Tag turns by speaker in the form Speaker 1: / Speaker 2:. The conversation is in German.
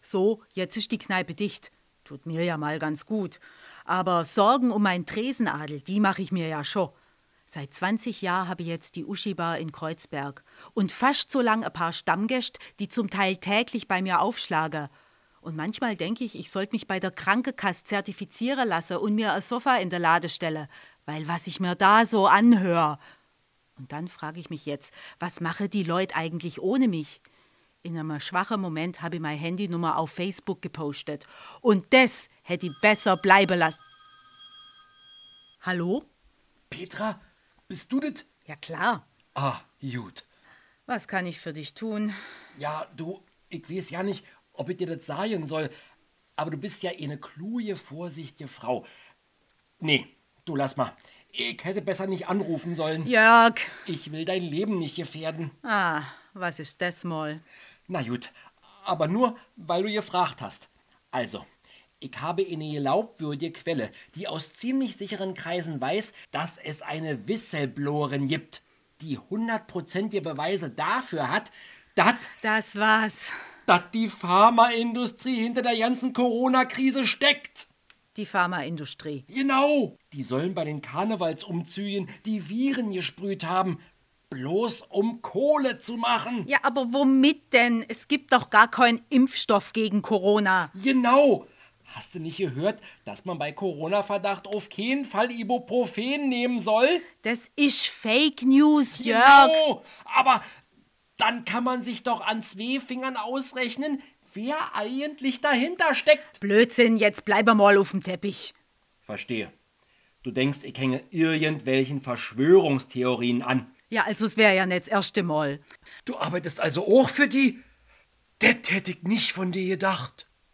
Speaker 1: So, jetzt ist die Kneipe dicht. Tut mir ja mal ganz gut. Aber Sorgen um mein Tresenadel, die mache ich mir ja schon. Seit 20 Jahren habe ich jetzt die Uschi-Bar in Kreuzberg und fast so lang ein paar Stammgäste, die zum Teil täglich bei mir aufschlagen. Und manchmal denke ich, ich sollte mich bei der Krankenkasse zertifizieren lassen und mir ein Sofa in der Lade stelle, weil was ich mir da so anhöre. Und dann frage ich mich jetzt, was mache die Leute eigentlich ohne mich? In einem schwachen Moment habe ich meine Handynummer auf Facebook gepostet. Und das hätte ich besser bleiben lassen. Hallo?
Speaker 2: Petra, bist du das?
Speaker 1: Ja klar.
Speaker 2: Ah, gut.
Speaker 1: Was kann ich für dich tun?
Speaker 2: Ja, du, ich weiß ja nicht, ob ich dir das sagen soll, aber du bist ja eh eine kluge, vorsichtige Frau. Nee, du lass mal. Ich hätte besser nicht anrufen sollen.
Speaker 1: Jörg.
Speaker 2: Ich will dein Leben nicht gefährden.
Speaker 1: Ah, was ist das mal?
Speaker 2: Na gut, aber nur, weil du gefragt hast. Also, ich habe eine glaubwürdige Quelle, die aus ziemlich sicheren Kreisen weiß, dass es eine Whistleblowerin gibt, die hundertprozentige Beweise dafür hat, dass
Speaker 1: Das war's.
Speaker 2: dass die Pharmaindustrie hinter der ganzen Corona-Krise steckt.
Speaker 1: Die Pharmaindustrie.
Speaker 2: Genau. Die sollen bei den Karnevalsumzügen die Viren gesprüht haben, bloß um Kohle zu machen.
Speaker 1: Ja, aber womit denn? Es gibt doch gar keinen Impfstoff gegen Corona.
Speaker 2: Genau. Hast du nicht gehört, dass man bei Corona-Verdacht auf keinen Fall Ibuprofen nehmen soll?
Speaker 1: Das ist Fake News, Jörg.
Speaker 2: Genau. Aber dann kann man sich doch an zwei Fingern ausrechnen, wer eigentlich dahinter steckt.
Speaker 1: Blödsinn, jetzt bleib mal auf dem Teppich.
Speaker 2: Verstehe. Du denkst, ich hänge irgendwelchen Verschwörungstheorien an.
Speaker 1: Ja, also es wäre ja nicht das erste Mal.
Speaker 2: Du arbeitest also auch für die? Das hätte ich nicht von dir gedacht.